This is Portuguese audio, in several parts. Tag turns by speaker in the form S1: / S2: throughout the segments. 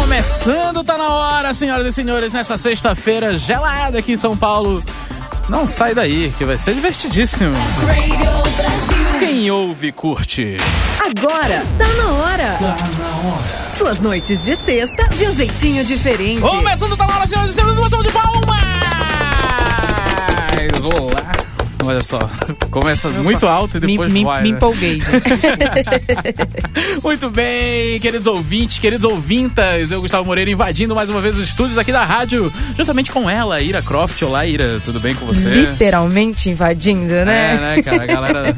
S1: começando, tá na hora, senhoras e senhores, nessa sexta-feira gelada aqui em São Paulo. Não sai daí, que vai ser divertidíssimo. Quem ouve, curte.
S2: Agora, tá na hora. Suas noites de sexta, de um jeitinho diferente.
S1: Começando, tá na hora, senhoras e senhores, uma salva de palmas! Olá. Olha só, começa muito alto e
S3: Me,
S1: depois
S3: me-
S1: vai.
S3: me
S1: né?
S3: empolguei. gente.
S1: Muito bem, queridos ouvintes, queridos ouvintas, eu, Gustavo Moreira, invadindo mais uma vez os estúdios aqui da rádio, justamente com ela, Ira Croft. Olá, Ira, tudo bem com você?
S4: Literalmente invadindo, né?
S1: É, né, cara, a galera...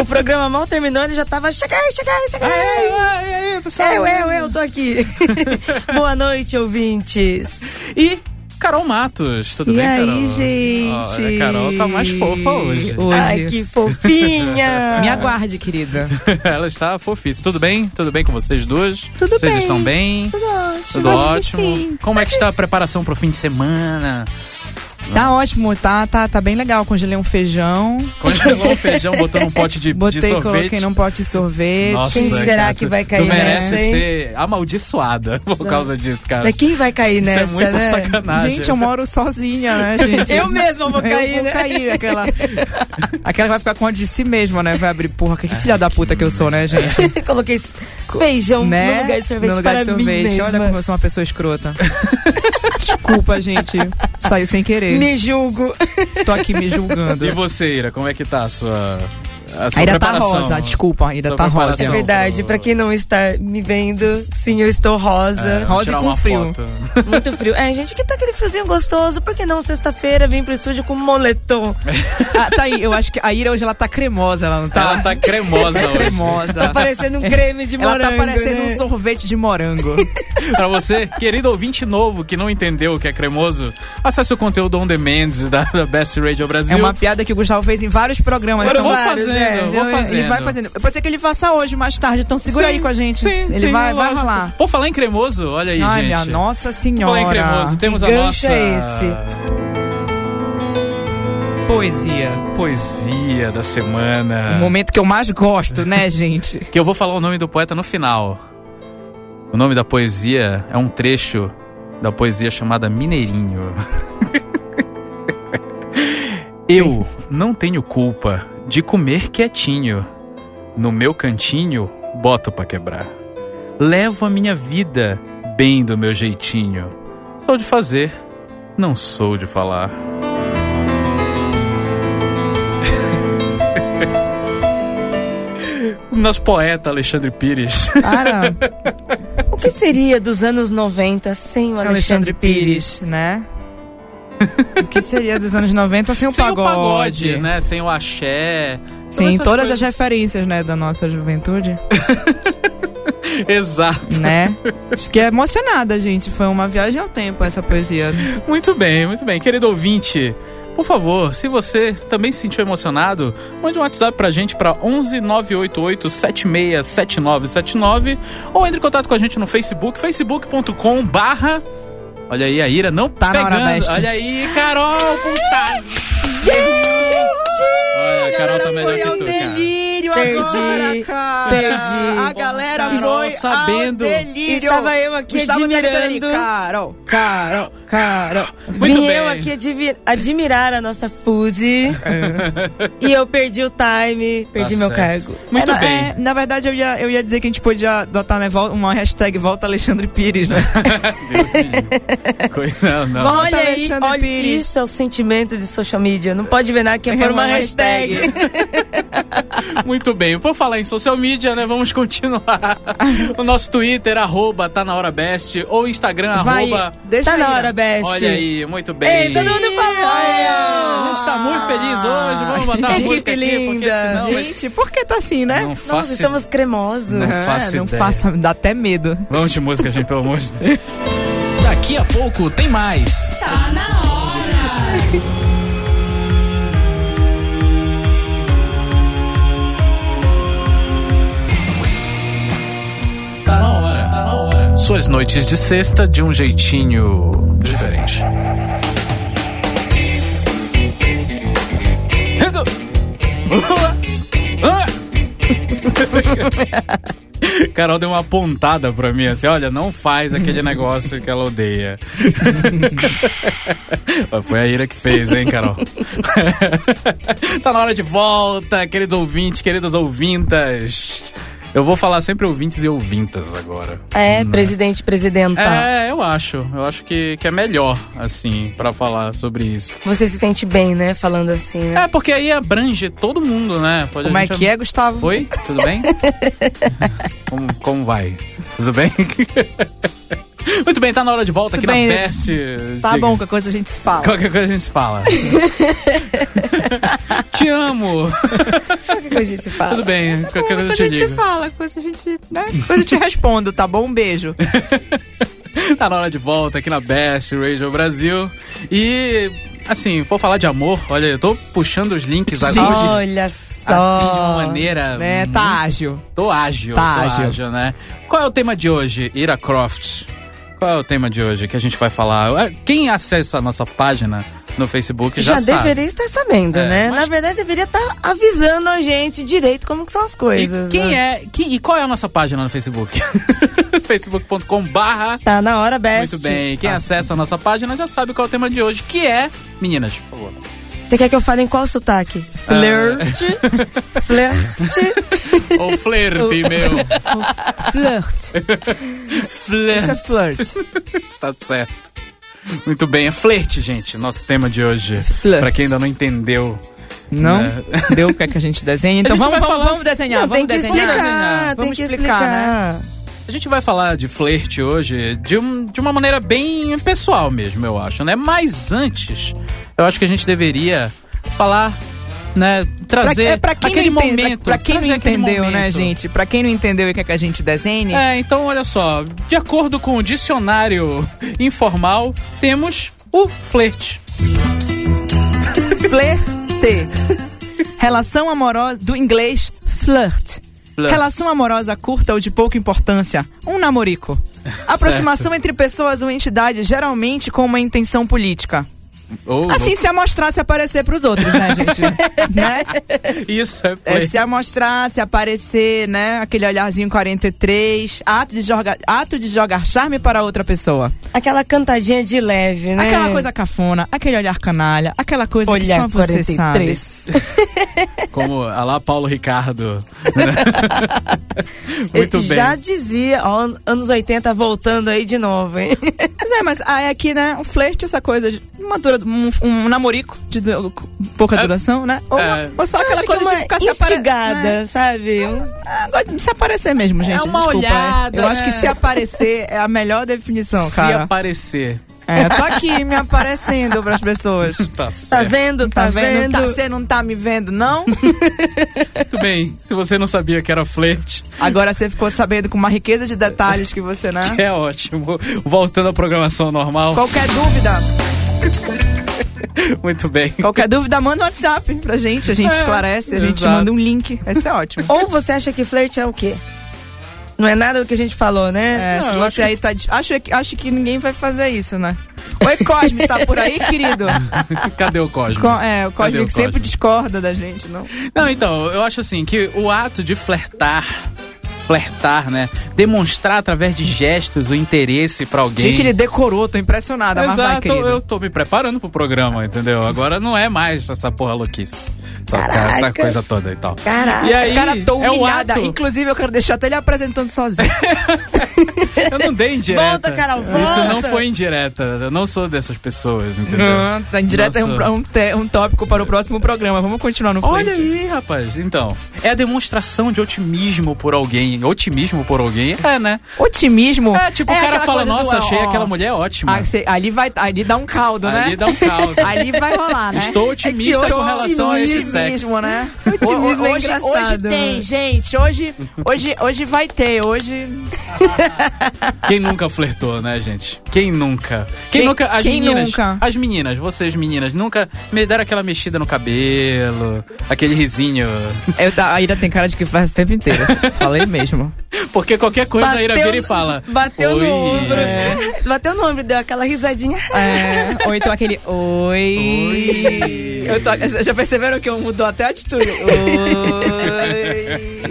S4: O programa mal terminou, ele já tava. Cheguei, cheguei, cheguei!
S1: Ai, ai, ai, pessoal.
S3: É,
S4: Eu, eu, eu, tô aqui. Boa noite, ouvintes.
S1: E Carol Matos, tudo
S3: E
S1: bem,
S3: aí,
S1: Carol?
S3: gente?
S1: Olha, a Carol tá mais fofa hoje.
S3: Hoje.
S4: Ai, que fofinha!
S3: Me aguarde, querida.
S1: Ela está fofíssima. Tudo bem? Tudo bem com vocês duas?
S4: Tudo
S1: vocês
S4: bem.
S1: estão bem?
S4: Tudo ótimo.
S1: Tudo
S3: acho que
S1: ótimo.
S3: sim.
S1: Como é que está a preparação pro fim de semana?
S3: Tá ótimo, tá, tá, tá bem legal. Congelei um feijão,
S1: Congelou é o feijão, botou num pote de, de
S3: botei,
S1: sorvete.
S3: coloquei num pote de sorvete.
S1: Nossa,
S4: Quem será
S1: cara,
S4: que
S1: tu-
S4: vai cair
S1: Tu merece
S4: nessa, hein?
S1: ser amaldiçoada por causa disso, cara.
S4: Mas quem vai cair
S1: Isso
S4: nessa,
S1: é muita
S4: né?
S1: sacanagem.
S3: Gente, eu moro sozinha, né, gente?
S4: Eu mesma vou cair,
S3: eu vou
S4: né?
S3: cair, aquela. Aquela que vai ficar com ódio de si mesma, né? Vai abrir, porra, que filha da puta que eu sou, né, gente?
S4: Coloquei s- feijão
S3: né?
S4: no lugar de sorvete
S3: No lugar
S4: para
S3: de
S4: mim
S3: sorvete.
S4: mesma.
S3: Olha como é eu sou uma pessoa escrota. Desculpa, gente. Saiu sem querer.
S4: Me julgo.
S3: Tô aqui me julgando.
S1: E você, Ira, como é que tá a sua, a sua
S3: Ainda tá
S1: preparação?
S3: rosa, desculpa, ainda
S1: Sua
S3: tá
S1: preparação.
S4: É
S3: rosa.
S1: Não,
S4: verdade,
S1: o-
S4: pra quem não está me vendo, sim, eu estou
S1: É,
S4: rosa.
S1: vou
S3: Rosa e
S1: tirar
S3: com
S1: uma
S3: frio.
S1: foto.
S4: Muito frio. É, gente, que tá aquele friozinho gostoso. Por que não sexta-feira vir pro estúdio com moletom?
S3: Ah, tá aí, eu acho que a Ira hoje ela tá cremosa, ela não tá?
S1: Ela tá cremosa hoje.
S3: cremosa.
S4: Parecendo um creme de
S3: Tá ela
S4: morango.
S3: tá parecendo
S4: né?
S3: um sorvete de morango.
S1: pra você, querido ouvinte novo que não entendeu o que é cremoso, acesse o conteúdo On Demand da, da Best Radio Brasil.
S3: é uma piada que o Gustavo fez em vários programas.
S1: Eu
S3: então-
S1: vou
S4: vários,
S1: fazendo,
S4: é.
S1: eu vou fazendo.
S3: Ele vai fazendo. Pode ser que ele faça hoje, mais tarde, então segura
S1: Sim,
S3: aí com a gente.
S1: Sim,
S3: ele
S1: sim,
S3: vai,
S1: vamos
S3: vai rolar.
S1: Por falar em cremoso, olha aí,
S3: Ai,
S1: gente.
S3: minha nossa
S1: Por falar em cremoso,
S3: senhora.
S1: temos
S4: Que
S1: a
S4: gancho
S1: nossa...
S4: é esse?
S3: Poesia.
S1: Poesia da semana.
S4: Um
S3: O momento que eu mais gosto, né, gente?
S1: Que eu vou falar o nome do poeta no final. O nome da poesia é um trecho da poesia chamada Mineirinho. Eu não tenho culpa de comer quietinho. No meu cantinho, boto pra quebrar. Levo a minha vida bem do meu jeitinho. Sou de fazer, não sou de falar. O nosso poeta Alexandre Pires.
S3: Para.
S4: O que seria dos anos 90 sem o Alexandre, Pires?
S3: né? o que seria dos anos 90 sem o
S1: Sem
S3: pagode?
S1: o pagode, né? Sem o axé. Todas
S3: Sim,
S1: essas
S3: todas
S1: coisas.
S3: as referências, né, da nossa juventude,
S1: Exato.
S3: né? Fiquei emocionada, gente. Foi uma viagem ao tempo essa poesia.
S1: Muito bem, muito bem. Querido ouvinte, por favor, se você também se sentiu emocionado, mande um WhatsApp pra gente pra 11 988 767979 ou entre em contato com a gente no Facebook, facebook.com barra... Olha aí a Ira, não
S3: Tá na hora
S1: pegando.
S3: best.
S1: Olha aí, Carol, puta. Olha, a Carol tá melhor que tu, cara.
S3: delírio
S4: Perdi,
S3: cara.
S4: perdi.
S3: A galera
S1: Não
S3: foi
S1: sabendo.
S3: ao delírio.
S4: Estava eu aqui
S3: Gustavo tá gritando ali,
S4: admirando.
S3: Carol, Carol, Carol.
S1: Muito
S4: Vim
S1: bem.
S4: eu aqui advi- admirar a nossa Fuse e eu perdi o time, perdi
S1: Tá
S4: meu
S1: certo.
S4: cargo.
S1: Muito
S3: Era-
S1: bem.
S3: é, na verdade, eu ia, eu ia dizer que a gente podia adotar né, vol- uma hashtag Volta Alexandre Pires, né?
S4: é.
S1: Coisa- Não, não.
S3: Volta,
S4: olha aí,
S3: Alexandre
S4: olha,
S3: Pires.
S4: isso é o sentimento de social media. Não pode venar que é por uma hashtag.
S1: Muito bem, por falar em social media, né? Vamos continuar. O nosso Twitter, arroba tá na hora best, ou Instagram,
S3: Vai,
S1: arroba.
S3: deixa
S4: Tá
S3: aí,
S4: na
S3: né?
S4: hora, Best.
S1: Olha aí, muito bem.
S4: Ei, todo mundo
S1: Ai, A
S4: falou!
S1: gente tá muito feliz hoje, vamos botar a
S4: Gente,
S1: música
S4: que
S1: aqui, porque
S4: linda.
S1: senão... vai-
S3: Gente, por que tá assim, né?
S1: Não
S4: Nossa,
S1: faço
S4: estamos cremosos.
S1: Não
S3: É,
S1: faço
S3: não
S1: ideia.
S3: faço, dá até medo.
S1: Vamos de música, gente, pelo amor de Deus. Daqui a pouco tem mais. Tá na hora. Tá na hora. Suas noites de sexta de um jeitinho diferente. Ando. Ua. Ah. Carol deu uma apontada pra mim, assim, olha, não faz aquele negócio que ela odeia. Mas Foi a Ira que fez, hein, Carol? tá na hora de volta, queridos ouvintes, queridas ouvintas. Eu vou falar sempre ouvintes e ouvintas agora.
S4: É, presidente, presidenta.
S3: Tá.
S1: É, eu acho. Eu acho que, que é melhor, assim, pra falar sobre isso.
S4: Você se sente bem, né? Falando assim, né?
S1: É, porque aí abrange todo mundo, né? Pode a
S3: Como é
S1: gente
S3: que é, Gustavo?
S1: Oi, tudo bem? como, como vai? Tudo bem? Muito bem, tá na hora de volta
S3: Tudo
S1: aqui
S3: bem.
S1: na Best.
S3: Tá
S1: Diga.
S3: bom, que a coisa a gente se fala.
S1: Qualquer coisa a gente se fala. te amo.
S4: que a gente se fala.
S1: Tudo bem,
S3: Tá
S1: qualquer coisa eu
S3: a
S1: te
S3: gente se
S1: digo.
S3: fala, coisa a gente, né? Coisa eu te respondo, tá bom? Um beijo.
S1: Tá na hora de volta aqui na Best Radio Brasil. E, assim, vou falar de amor. Olha, eu tô puxando os links agora.
S4: Olha
S1: Assim,
S4: só.
S1: de uma maneira.
S3: Né?
S1: muito
S3: Tá ágil.
S1: Tô ágil,
S3: Tá
S1: tô
S3: ágil.
S1: ágil. né? Qual é o tema de hoje, Ira Croft? Qual é o tema de hoje que a gente vai falar? É, Quem acessa a nossa página no Facebook já,
S4: Já,
S1: sabe.
S4: deveria estar sabendo,
S1: É,
S4: né?
S1: mas-
S4: Na verdade, deveria estar avisando a gente direito como que são as
S1: E
S4: coisas.
S1: quem
S4: né?
S1: é? Quem, e qual é a nossa página no Facebook? facebook.com barra
S4: Tá na hora, Best.
S1: é? muito bem. Quem acessa a nossa página já sabe qual é o tema de hoje, que é, meninas, por favor.
S4: Você quer que eu fale em qual sotaque? "Ah, Flirte. Flirte.
S1: o flerte, meu.
S3: Flirt. Isso é
S1: Flerte.
S3: flirt.
S1: Tá certo. Muito bem, é flerte, gente, nosso tema de hoje.
S3: Flerte.
S1: Pra quem ainda não entendeu.
S3: Não
S1: né?
S3: deu o que é que a gente desenha. Então
S1: gente
S3: vamos,
S1: vai
S3: vamos,
S1: falar-
S3: vamos desenhar,
S4: Não,
S3: vamos
S4: tem que
S3: desenhar.
S4: explicar. Tem
S3: Vamos
S4: que
S3: explicar,
S1: né?
S3: né?
S4: explicar.
S1: A gente vai falar de flerte hoje de, um, de uma maneira bem pessoal mesmo, eu acho, né? Mas antes, eu acho que a gente deveria falar, né?
S3: Pra,
S1: Trazer
S3: é, pra quem
S1: aquele
S3: não entende-
S1: momento.
S3: pra, pra quem não
S1: trazer aquele
S3: entendeu, né,
S1: momento.
S3: gente? Pra quem não entendeu o que é que a gente desenha,
S1: É, então olha só. De acordo com o dicionário informal, temos o flerte.
S3: flerte. Relação amorosa do inglês flirt.
S1: Flirt.
S3: Relação amorosa curta ou de pouca importância. Um namorico. Aproximação entre pessoas ou entidades, geralmente com uma intenção política.
S1: Ou-
S3: Assim, se amostrar, se aparecer pros outros, né, gente? né?
S1: Isso é
S3: É,
S1: flerte.
S3: se amostrar, se aparecer, né? Aquele olharzinho 43. Ato de, joga, ato de jogar charme para outra pessoa.
S4: Aquela cantadinha de leve, né?
S3: Aquela coisa cafona, aquele olhar canalha, aquela coisa que só
S4: Olhar
S3: você
S4: 43.
S3: sabe.
S1: Como a lá Paulo Ricardo. né? Muito bem.
S4: Já dizia, ó, anos 80 voltando aí de novo, hein?
S3: Mas é, mas aí aqui, né? Um flerte, essa coisa. de Uma dura, um, um namorico de du- pouca
S1: É.
S3: duração, né? Ou, uma-
S1: É.
S3: ou só aquela
S4: Acho que é
S3: coisa
S4: uma
S3: de ficar se
S4: instigada,
S3: aparecendo.
S4: sabe? Um-
S3: Agora, se aparecer mesmo, gente.
S1: É uma
S3: desculpa, é.
S1: olhada,
S3: Eu acho que
S1: né?
S3: se aparecer é a melhor definição,
S1: Se
S3: cara.
S1: aparecer.
S3: É, eu tô aqui me aparecendo pras pessoas.
S1: Tá
S4: Tá
S1: certo.
S4: vendo? Tá, vendo?
S3: Tá, você não tá me vendo, não?
S1: Muito bem. Se você não sabia que era flerte.
S3: Agora você ficou sabendo com uma riqueza de detalhes que você, né?
S1: É ótimo. Voltando à programação normal.
S3: Qualquer dúvida,
S1: Muito bem.
S3: qualquer dúvida, manda um WhatsApp pra gente. A gente
S1: É,
S3: esclarece, a gente
S1: exato.
S3: manda um link. Esse é ótimo.
S4: Ou você acha que flerte é o quê? Não é nada do que a gente falou, né?
S3: É,
S1: Não,
S3: se
S1: eu
S3: você aí tá. de- Acho, que- acho que ninguém vai fazer isso, né? Oi, Cosme, tá por aí, querido?
S1: Cadê o Cosmo?
S3: Co- é, o
S1: Cadê
S3: Cosme
S1: o
S3: que sempre
S1: Cosme?
S3: discorda da gente, não?
S1: Não, então, eu acho assim que o ato de flertar, flertar, né? Demonstrar através de gestos o interesse pra alguém.
S3: Gente, ele decorou, tô impressionada. Mas vai,
S1: Exato,
S3: querido.
S1: eu tô me preparando pro programa, entendeu? Agora não é mais essa porra louquice. Essa, essa
S4: Caraca.
S1: coisa toda e tal.
S4: Caraca.
S1: E aí,
S3: Cara, tô
S1: é o
S3: humilhada.
S1: ato.
S3: Inclusive, eu quero deixar até ele apresentando sozinho.
S1: Eu não dei indireta.
S4: Volta, Carol,
S1: Isso
S4: volta.
S1: não foi indireta. Eu não sou dessas pessoas, entendeu?
S3: Ah, tá indireto é um,
S1: Nossa.
S3: um, te- um tópico para o próximo programa. Vamos continuar no
S1: Olha
S3: frente.
S1: aí, rapaz. Então, é a demonstração de otimismo por alguém. Otimismo por alguém é, né?
S3: Otimismo.
S1: É, tipo, o cara
S3: aquela
S1: fala,
S3: coisa do,
S1: nossa,
S3: ó,
S1: achei
S3: ó,
S1: aquela mulher ótima.
S3: ah, cê- ali, vai, ali dá um caldo, né?
S1: Ali dá um caldo.
S3: Ali vai rolar, né?
S1: Estou
S3: É
S1: otimista
S3: que
S1: com relação a esse sexo.
S3: Otimismo, né?
S4: Otimismo é
S3: hoje,
S4: engraçado,
S3: Hoje tem,
S4: né?
S3: gente. Hoje, hoje, hoje vai ter. Hoje...
S1: Quem nunca flertou, né, gente? Quem nunca? Quem,
S3: Quem-
S1: nunca? As
S3: quem
S1: meninas.
S3: nunca?
S1: As meninas, vocês meninas, nunca me deram aquela mexida no cabelo, aquele risinho.
S3: Eu, a Ira tem cara de que faz o tempo inteiro. Falei mesmo.
S1: Porque qualquer coisa a Ira
S4: Bateu
S1: vira e
S4: no-
S1: fala.
S4: Bateu
S1: "Oi,
S4: no ombro.
S1: é."
S4: Bateu no ombro, deu aquela risadinha.
S3: É, ou então aquele... Oi...
S1: Oi.
S3: Eu tô- já perceberam que eu mudou até a atitude? Oi.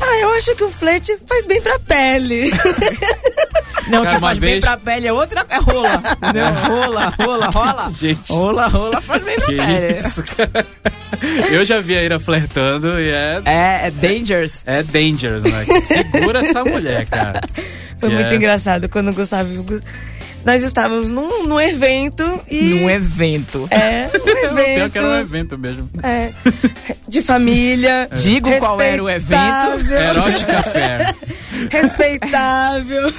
S4: Ah, eu acho que o flerte faz bem pra pele.
S3: Não,
S1: Cara,
S3: que
S1: uma
S3: faz bem
S1: vez-
S3: pra pele é outra. É rola. Entendeu? Rola, rola, rola.
S1: Gente.
S3: Rola, rola, faz bem pra
S1: Que
S3: pele.
S1: isso, cara. Eu já vi a Ira flertando e é.
S3: É, é dangerous.
S1: É dangerous, né? Segura essa mulher, cara.
S4: Foi
S1: Que
S4: muito
S1: é-
S4: engraçado quando o Gustavo. e o Gus- Nós estávamos num, num evento e.
S3: Num evento.
S4: É, um
S1: Pior
S4: evento.
S1: que era um evento mesmo.
S4: é, de família.
S3: Digo qual era o evento. um-
S4: respeitável,
S1: Erótica Fair.
S4: Respeitável.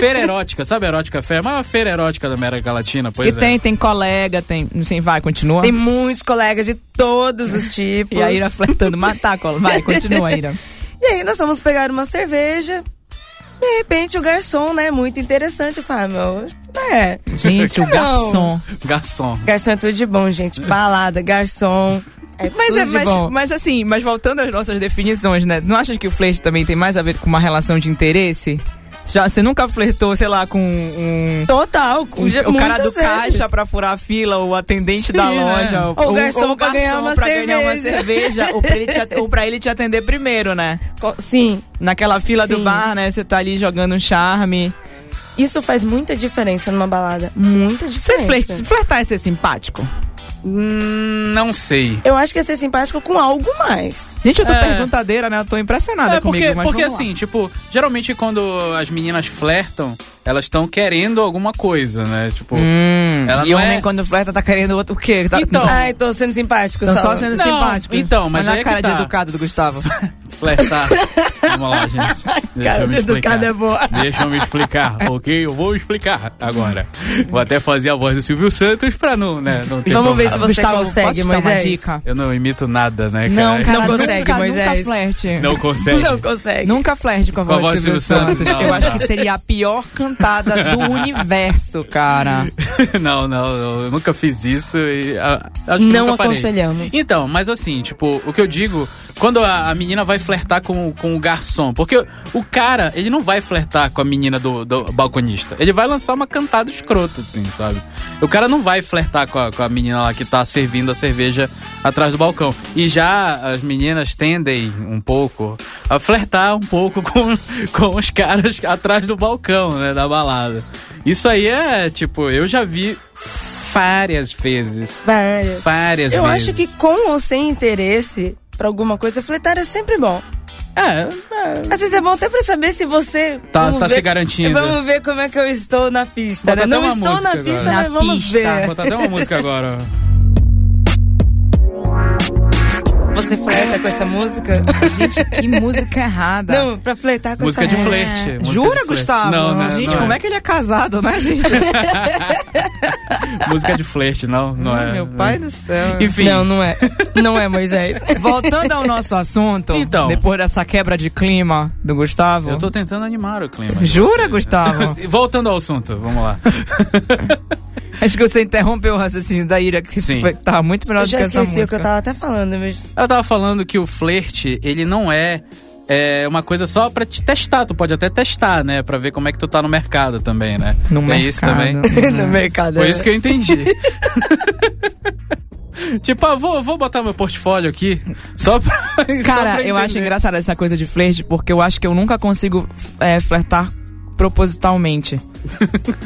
S1: Feira erótica, sabe a erótica fair? Mas é uma feira erótica da América Latina, pois
S3: Que
S1: é.
S3: tem, tem colega, tem. Não sei, vai, continua.
S4: Tem muitos colegas de todos os tipos.
S3: E a Ira flertando, matar a cola. Vai, continua, Ira.
S4: E aí nós fomos pegar uma cerveja. De repente o garçom, né? Muito interessante. Eu falei, ah, meu. É.
S3: Gente, o
S4: Não.
S3: garçom.
S1: Garçom.
S4: Garçom é tudo de bom, gente. Balada, garçom. É
S3: Mas,
S4: tudo
S3: é,
S4: de
S3: mas,
S4: bom.
S3: mas assim, mas voltando às nossas definições, né? Não achas que o flerte também tem mais a ver com uma relação de interesse? Já, você nunca flertou, sei lá, com um.
S4: Total.
S3: um-
S4: já-
S3: o cara do
S4: muitas vezes.
S3: caixa pra furar a fila, o
S1: Sim,
S3: atendente da
S1: né?
S3: loja,
S1: Ou
S4: o garçom pra ganhar uma
S3: pra ganhar uma
S4: cerveja.
S3: cerveja, ou, pra ele te, at- ou pra ele te atender primeiro, né?
S4: Co- Sim.
S3: Naquela fila do
S4: Sim.
S3: bar, né? Você tá ali jogando um charme.
S4: Isso faz muita diferença numa balada. Muita
S3: Você
S4: diferença.
S3: flerte, flertar é ser simpático?
S1: Hum, não sei.
S4: Eu acho que é ser simpático com algo mais.
S3: Gente, eu tô
S1: É.
S3: perguntadeira, né? Eu tô impressionada
S1: É, porque,
S3: comigo, mas
S1: porque
S3: vamos lá.
S1: assim, tipo, geralmente quando as meninas flertam, elas estão querendo alguma coisa, né? Tipo,
S3: Hum,
S1: Ela
S3: e
S1: não
S3: homem
S1: é-
S3: quando flerta tá querendo outro o quê? Tá-
S1: Então,
S4: Ai, tô sendo simpático,
S3: Tô
S4: só.
S3: só sendo
S1: Não,
S3: simpático.
S1: então, mas
S3: Olha
S1: aí
S3: a
S1: é
S3: cara
S1: que tá.
S3: de educado do Gustavo.
S1: flertar. Vamos lá, gente. Deixa
S4: Cara,
S1: eu me
S4: do
S1: explicar.
S4: educado é boa.
S1: Deixa eu me explicar, ok? Eu vou explicar agora. Vou até fazer a voz do Silvio Santos pra não, né? Não ter
S4: Vamos ver se
S1: problema.
S4: você
S3: Gustavo, posso
S4: consegue,
S3: te dar uma
S4: Moisés?
S3: dica?
S1: Eu não imito nada, né, cara?
S3: Não, cara,
S4: Não consegue,
S3: nunca, Nunca
S4: Moisés.
S3: flerte.
S1: Não consegue.
S4: Não consegue.
S3: Nunca flerte com a voz, do Silvio Santos.
S1: não,
S3: Eu acho
S1: não.
S3: que seria a pior cantada do universo, cara.
S1: não, não, não, eu nunca fiz isso e ah, acho que
S4: Não
S1: nunca farei.
S4: aconselhamos.
S1: Então, mas assim, tipo, o que eu digo, quando a, a menina vai flertar com, com o garçom, porque o cara, ele não vai flertar com a menina do, do balconista, ele vai lançar uma cantada escrota, assim, sabe? O cara não vai flertar com a, com a menina lá que tá servindo a cerveja atrás do balcão. E já as meninas tendem um pouco a flertar um pouco com, com os caras atrás do balcão, né, da balada. Isso aí é, tipo, eu já vi várias vezes.
S4: Várias.
S1: Várias
S4: Eu
S1: vezes.
S4: acho que com ou sem interesse pra alguma coisa, flertar é sempre bom.
S1: É,
S4: Às vezes é bom até pra saber se você.
S1: Tá-
S4: vamos
S1: tá se garantindo.
S4: Vamos ver como é que eu estou na pista.
S1: Bota
S4: Né?
S1: até
S4: Não
S1: uma
S4: estou
S1: música
S4: na
S1: agora.
S4: pista,
S3: Na
S4: mas vamos
S3: pista.
S1: Vou
S4: ver.
S1: botar até uma música agora.
S4: Você flerta com essa música?
S3: Gente, que música errada.
S4: Não, pra flertar com
S1: música
S4: essa
S1: de flerte. música de
S3: Jura,
S1: flerte.
S3: Gustavo?
S1: Não, não,
S3: gente,
S1: não
S3: como é. que ele é casado, né, gente? tá?
S1: Música de flerte, não, não é.
S3: Meu pai do céu.
S1: Enfim.
S4: Não, não é. Não é, Moisés.
S3: Voltando ao nosso assunto,
S1: Então.
S3: depois dessa quebra de clima do Gustavo.
S1: Eu tô tentando animar o clima. de
S3: Jura,
S1: vocês.
S3: Gustavo?
S1: Voltando ao assunto, vamos lá.
S3: Acho que você interrompeu o raciocínio da Ira, que
S1: Sim.
S3: foi, tava muito melhor
S4: Eu
S3: do que
S4: já
S3: essa
S4: esqueci
S3: música.
S4: o que eu tava até falando, mas.
S1: Eu tava falando que o flerte, ele não é, é uma coisa só pra te testar. Tu pode até testar, né? Pra ver como é que tu tá no mercado também, né?
S3: No
S1: Tem
S3: mercado.
S1: isso também.
S4: no mercado.
S1: Uhum. Foi
S4: né?
S1: isso que eu entendi. tipo, ah, vou, vou botar meu portfólio aqui. Só pra. só
S3: Cara,
S1: pra
S3: eu acho
S1: entender.
S3: engraçado essa coisa de flerte, porque eu acho que eu nunca consigo é, flertar propositalmente.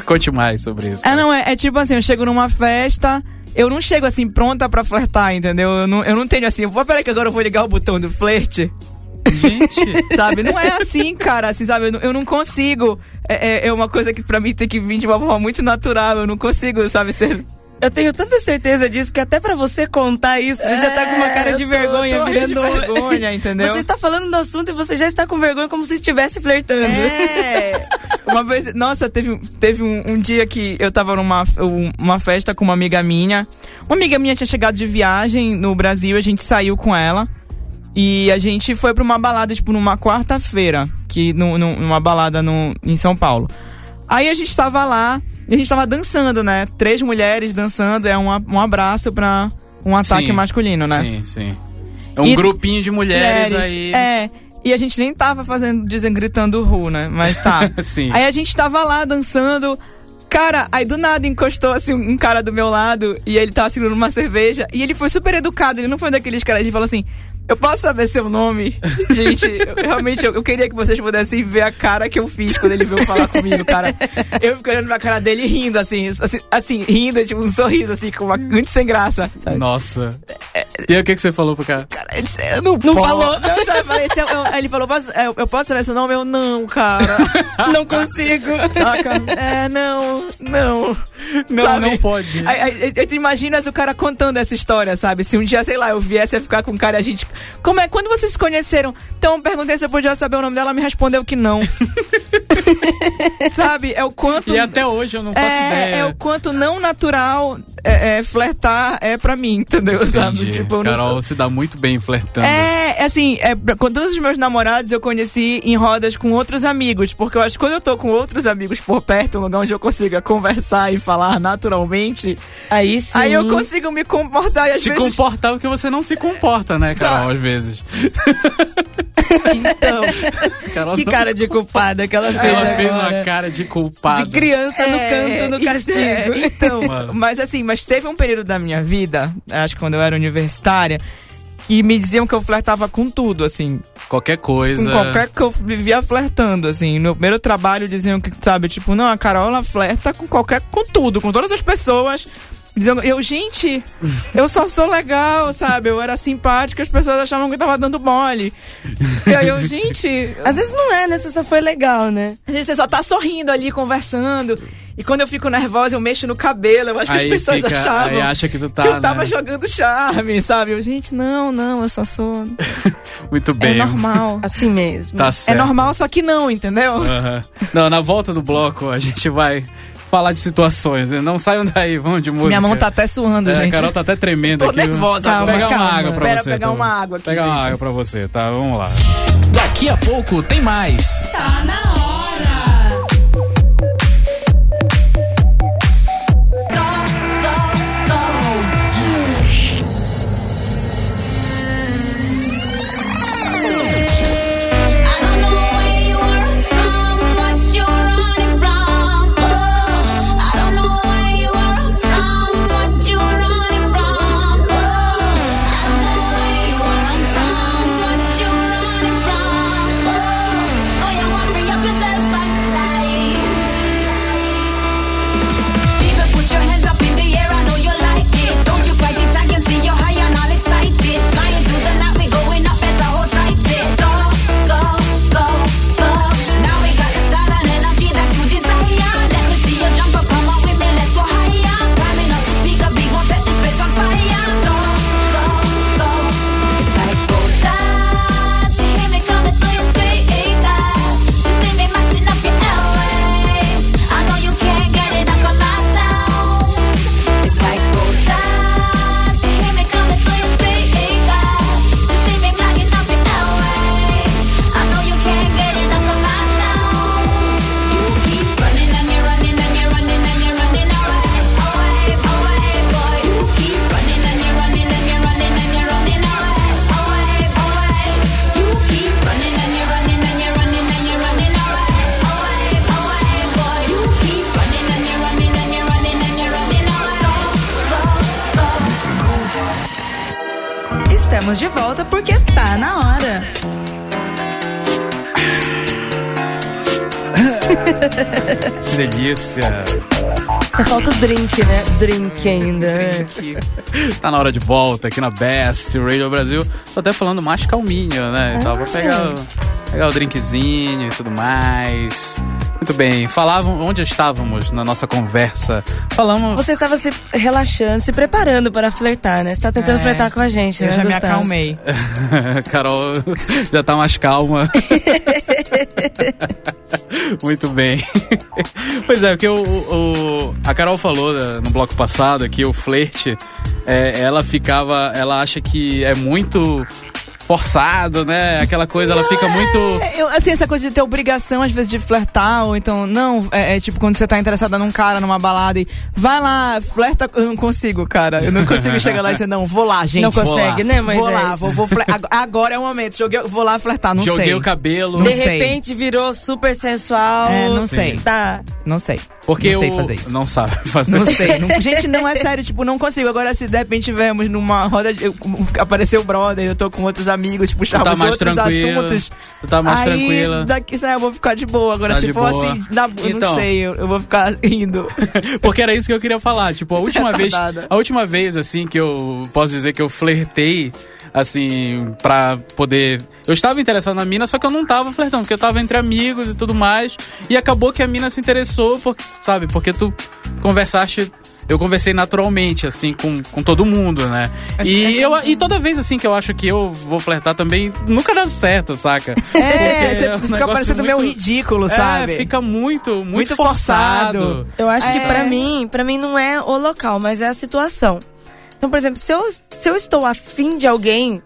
S1: Conte mais sobre isso.
S3: É, não, é, é tipo assim, eu chego numa festa, eu não chego assim pronta pra flertar, entendeu? Eu não, eu não tenho assim, vou, peraí que agora eu vou ligar o botão do flerte,
S1: Gente.
S3: sabe? Não é assim, cara, assim, sabe? Eu, não- eu não consigo. É, é- é uma coisa que pra mim tem que vir de uma forma muito natural, eu não consigo, sabe? Ser...
S4: Eu tenho tanta certeza disso que até pra você contar isso, você já tá com uma cara de
S3: É, eu tô-
S4: vergonha,
S3: tô morrendo de
S4: virando olho.
S3: vergonha, entendeu?
S4: Você está falando do assunto e você já está com vergonha como se estivesse flertando.
S3: É. Uma vez, nossa, teve, teve um, um dia que eu tava numa um- uma festa com uma amiga minha. Uma amiga minha tinha chegado de viagem no Brasil, a gente saiu com ela. E a gente foi pra uma balada, tipo, numa quarta-feira, que nu- nu- numa balada no, em São Paulo. Aí a gente tava lá, e a gente tava dançando, né? Três mulheres dançando, é um, a- um abraço pra um ataque
S1: Sim,
S3: masculino, né?
S1: Sim, sim. É um
S3: E-
S1: grupinho de mulheres, aí.
S3: É. E a gente nem tava fazendo, dizendo, gritando ru, né? Mas tá.
S1: Sim.
S3: Aí a gente tava lá dançando. Cara, aí do nada encostou assim um cara do meu lado e ele tava segurando uma cerveja e ele foi super educado, ele não foi um daqueles caras que falou assim: Eu posso saber seu nome? Gente, eu- realmente eu, eu queria que vocês pudessem ver a cara que eu fiz quando ele veio falar comigo, cara. Eu fico olhando pra cara dele e rindo, assim, assim, assim, rindo, tipo, um sorriso, assim, com uma, muito sem graça. Sabe?
S1: Nossa. E aí, o que, que você falou pro cara?
S3: É, Cara, ele disse, eu não, não
S4: falou.
S3: Eu só falei, "Seu- eu- aí ele falou, "Posso- é, eu, eu posso saber seu nome? Eu não, cara.
S4: Não consigo.
S3: Saca? É, não, não.
S1: Não,
S3: Sabe?
S1: não pode.
S3: Aí, aí, aí, aí tu imaginas o cara contando essa história, sabe? Se um dia, sei lá, eu viesse a ficar com o cara e a gente. Como é? Quando vocês se conheceram? Então eu perguntei se eu podia saber o nome dela, ela me respondeu que não. sabe? É o quanto.
S1: E até hoje eu não faço
S3: É,
S1: ideia.
S3: é o quanto não natural é, é, flertar é pra mim, entendeu? Sabe?
S1: Entendi.
S3: tipo, eu não-
S1: Carol se dá muito bem flertando.
S3: é, assim, é, pra- com todos os meus namorados eu conheci em rodas com outros amigos, porque eu acho que quando eu tô com outros amigos por perto, um lugar onde eu consiga conversar e falar naturalmente,
S4: Aí sim.
S3: aí eu consigo me comportar e às
S1: Se
S3: vezes.
S1: comportar o que você não se comporta, né, Carol, às vezes.
S3: Então,
S1: Carol
S4: Que
S1: não-
S4: cara de culpada que ela fez.
S1: Ela fez
S4: agora.
S1: uma cara de culpada.
S4: De criança no
S3: é,
S4: canto, no castigo.
S3: é, então,
S1: Mano.
S3: mas assim, mas teve um período da minha vida, acho que quando eu era universitária, que me diziam que eu flertava com tudo, assim.
S1: Qualquer
S3: com
S1: coisa.
S3: qualquer que eu vivia flertando, assim. No meu primeiro trabalho diziam que, sabe, tipo, não, a Carol ela flerta com qualquer, com tudo, com todas as pessoas. Dizendo, eu, gente, eu só sou legal, sabe? Eu era simpática, as pessoas achavam que eu tava dando mole. E aí eu, gente,
S4: Às vezes não é, né? Você só foi legal, né?
S3: às vezes você só tá sorrindo ali, conversando. E quando eu fico nervosa, eu mexo no cabelo. Eu acho
S1: Aí
S3: que as pessoas
S1: fica-
S3: achavam
S1: aí acha que tu tá,
S3: que eu tava
S1: né?
S3: jogando charme, sabe? Eu, gente, não, não, eu só sou.
S1: Muito
S3: É
S1: bem.
S3: normal.
S4: Assim mesmo.
S1: Tá
S3: É
S1: certo.
S3: normal, só que não, entendeu?
S1: Aham. Não, na volta do bloco a gente vai falar de situações. né? Não saiam daí, vamos de música.
S3: Minha mão tá até suando,
S1: É,
S3: gente.
S1: A Carol tá até tremendo
S3: Tô
S1: aqui.
S3: nervosa
S1: Vou
S3: agora.
S1: pegar uma
S3: Calma.
S1: água pra
S3: Pera,
S1: você.
S3: pegar
S1: tá?
S3: uma água aqui,
S1: Pegar uma
S3: gente.
S1: água pra você, tá? Vamos lá. Daqui a pouco tem mais.
S5: I don't know where you are from, what you're running from. Oh, I don't know where you are from, what you're running from. Oh, I don't know where you are from, what you're running from. Oh, you want free up yourself and fly. People, put your hands up in the air. I know you like it. Don't you fight it? I can see you're high and all excited. Flying through the night, we going up as I hold tight. Go, go, go, go. Now we got the style and energy that you desire. Let me see you jump up, come on with me, let's go higher. Climbing up the speakers, we gon' set this place on fire. Go, go, go. It's like go down. See me coming through your speakers. You see me mashing up your airwaves. I know you can't get enough of my sound. It's like go down. See me coming through your speakers. You see me blocking up your airwaves. I know you can't get enough of my sound. You keep running and you're running and you're running and you're running away, away, away, boy. You keep running and you're running and you're running and you're running away, away, away. You keep running and you're running and you're running and you're running away, away, away, boy. You keep running and you're running and you're running and you're running away, go, go, go.
S4: Estamos de volta porque tá na hora.
S1: Que delícia.
S4: Só falta o drink, né? Drink ainda. né?
S1: Tá na hora de volta aqui na Best Radio Brasil. Tô até falando mais calminho, né? e tal, pra pegar, o- pegar o drinkzinho e tudo mais. Muito bem. Falavam onde estávamos na nossa conversa. Falamos.
S4: Você estava se relaxando, se preparando para flertar, né? Você tá tentando
S3: É.
S4: flertar com a gente,
S3: Eu
S4: né?
S3: já me
S4: Gustavo?
S3: acalmei.
S1: Carol já tá mais calma. Muito bem. Pois é, porque o, o- a Carol falou né, no bloco passado que o flerte, é, ela ficava. Ela acha que é muito forçado, né? Aquela coisa, ela fica muito.
S3: É, eu- assim, essa coisa de ter obrigação, às vezes, de flertar, ou então, não, é, é tipo quando você tá interessada num cara numa balada e vai lá, flerta. Eu não consigo, cara. Eu não consigo chegar lá e dizer, não, vou lá, gente.
S4: Não
S3: vou
S4: consegue,
S3: lá.
S4: né, Moisés?
S3: Vou lá, vou, vou flertar. Ag- Agora é o momento, joguei, vou lá flertar, não
S1: Joguei
S3: sei.
S1: o cabelo.
S3: Não
S4: De
S3: sei.
S4: repente virou super sensual.
S3: É, não sei.
S4: Tá.
S3: Não sei.
S1: Porque
S3: não sei
S1: o-
S3: fazer isso.
S1: Não sabe fazer.
S3: Não sei. não- gente, não é sério, tipo, não consigo. Agora, se de repente tivermos numa roda. de- eu- apareceu o brother, eu tô com outros amigos, puxar
S1: Tu tá
S3: os
S1: mais
S3: outros
S1: tranquila.
S3: assuntos.
S1: Tu tá mais
S3: Aí,
S1: tranquila.
S3: Daqui, sabe, eu vou ficar de boa. Agora,
S1: Tá
S3: se
S1: de
S3: for
S1: boa.
S3: assim, na, eu
S1: Então.
S3: não sei, eu, eu vou ficar rindo.
S1: Porque era isso que eu queria falar. Tipo, a última vez.
S3: Retardada.
S1: A última vez, assim, que eu posso dizer que eu flertei, assim, pra poder. Eu estava interessado na mina, só que eu não tava flertando, porque eu tava entre amigos e tudo mais. E acabou que a mina se interessou, porque, sabe, porque tu conversaste. Eu conversei naturalmente, assim, com, com todo mundo, né?
S3: É
S1: E, eu, e toda vez, assim, que eu acho que eu vou flertar também, nunca dá certo, saca?
S3: É, você
S1: um
S3: fica
S1: negócio
S3: parecendo meio
S1: muito-
S3: ridículo,
S1: É,
S3: sabe?
S1: fica muito, muito,
S3: Muito
S1: forçado.
S3: forçado.
S4: Eu acho que
S3: É.
S4: pra mim, para mim não é o local, mas é a situação. Então, por exemplo, se eu, se eu estou afim de alguém,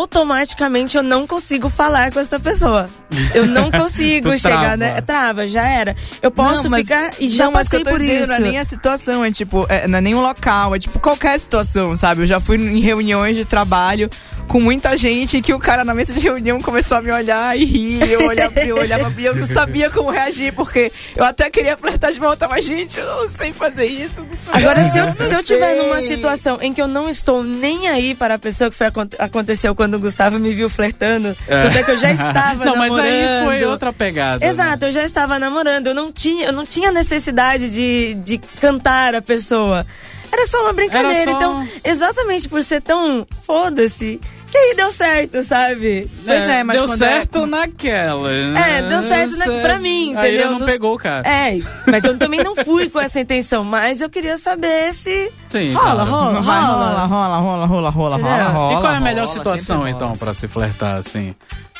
S4: automaticamente eu não consigo falar com essa pessoa. Eu não consigo
S1: Tu trava.
S4: chegar, né? Trava, já era. Eu posso
S3: Não, mas-
S4: ficar e já
S3: não, mas
S4: passei
S3: eu tô
S4: por
S3: dizendo,
S4: isso.
S3: Não é nem a situação, é tipo, é, não é nem o local, é tipo qualquer situação, sabe? Eu já fui em reuniões de trabalho com muita gente que o cara na mesa de reunião começou a me olhar e rir, eu olhava, eu olhava e eu não sabia como reagir, porque eu até queria flertar de volta, mas gente, eu não sei fazer isso.
S4: Agora, se eu, se eu tiver
S3: sei.
S4: numa situação em que eu não estou nem aí para a pessoa que foi, aconte- aconteceu quando o Gustavo me viu flertando,
S1: É.
S4: tanto é que eu já estava
S1: Não,
S4: namorando.
S1: mas aí foi outra pegada. né?
S4: Exato, eu já estava namorando, eu não tinha, eu não tinha necessidade de, de cantar a pessoa. Era só uma brincadeira.
S1: Era só- um
S4: Então, exatamente por ser tão foda-se, que aí deu certo, sabe?
S3: Pois é, mas
S1: deu
S3: quando
S1: certo naquela. né?
S4: É, deu certo na- pra mim,
S1: Aí ele
S4: entendeu?
S1: não
S4: Nos-
S1: pegou, cara.
S4: É, mas eu também não fui com essa intenção, mas eu queria saber se.
S1: Sim,
S4: rola,
S1: claro.
S4: rola,
S3: Vai, rola,
S4: rola.
S3: rola, rola, rola, rola, rola,
S4: Entendeu?
S1: E
S3: rola.
S1: qual é a melhor
S3: rola,
S1: situação,
S3: sempre rola.
S1: então, pra se flertar, assim?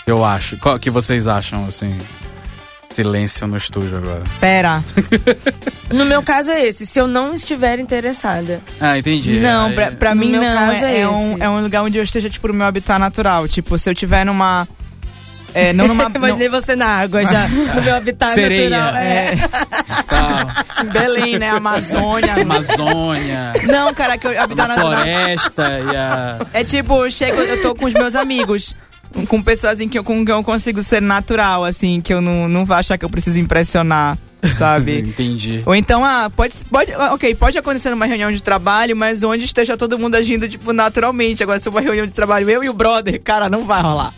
S1: Eu acho. Qual que vocês acham, assim? Silêncio no estúdio agora.
S3: Pera.
S4: No meu caso é esse, se eu não estiver interessada.
S1: Ah, entendi.
S3: Não,
S1: Aí-
S3: pra, pra
S4: No
S3: mim
S4: meu
S3: não.
S4: caso
S3: é,
S4: é
S3: é um,
S4: esse.
S3: é um lugar onde eu esteja, tipo, no meu habitat natural. Tipo, se eu tiver numa. É, não numa. não-
S4: Imaginei você na água já, no meu habitat
S1: Sereia.
S4: natural. É.
S1: Tá,
S3: Belém, né? Amazônia.
S1: Amazônia,
S3: Não, cara, que eu
S4: Tá
S3: habitar
S1: a
S3: natural.
S1: floresta e a.
S3: É tipo, eu chego, eu tô com os meus amigos. Com pessoas em que eu, com quem eu consigo ser natural, assim, que eu não, não vou achar que eu preciso impressionar, sabe?
S1: Entendi.
S3: Ou então, ah, pode, pode, ah, ok, pode acontecer numa reunião de trabalho, mas onde esteja todo mundo agindo, tipo, naturalmente. Agora, se for uma reunião de trabalho, eu e o brother, cara, não vai rolar.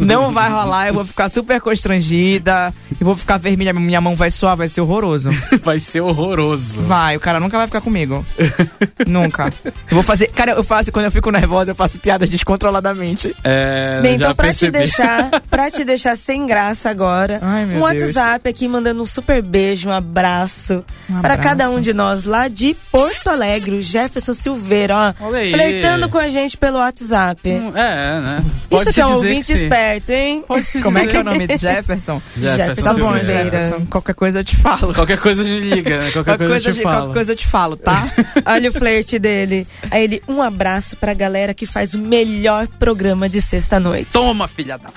S3: não vai rolar, eu vou ficar super constrangida, eu vou ficar vermelha, minha mão vai suar, vai ser horroroso.
S1: Vai ser horroroso.
S3: Vai, o cara nunca vai ficar comigo. nunca. Eu vou fazer, cara, eu faço, quando eu fico nervosa, eu faço piadas descontroladamente.
S1: É,
S4: Bem,
S1: já
S4: então pra te,
S1: percebi.
S4: deixar, pra te deixar sem graça agora,
S3: Ai,
S4: um
S3: meu Deus.
S4: WhatsApp aqui mandando um super beijo, um abraço,
S3: Um
S4: pra
S3: abraço.
S4: cada um de nós lá de Porto Alegre, o Jefferson Silveira, ó,
S1: Olha aí.
S4: flertando com a gente pelo WhatsApp.
S1: Hum, É, né?
S4: Isso que é um ouvinte
S1: sim.
S4: esperto, hein?
S1: Pode-se
S3: Como é
S1: dizer-
S3: que é o nome? Jefferson?
S1: Jefferson
S3: Tá bom,
S1: Silveira.
S3: Jefferson, qualquer coisa eu te falo.
S1: Qualquer coisa a gente liga, né? Qualquer, coisa,
S3: Qualquer coisa,
S1: eu
S3: eu
S1: te
S3: te-
S1: fala.
S3: qualquer coisa eu te falo, tá?
S4: Olha o flerte dele. Aí ele, um abraço pra galera que faz o melhor programa de sexta-noite.
S1: Toma, filha da.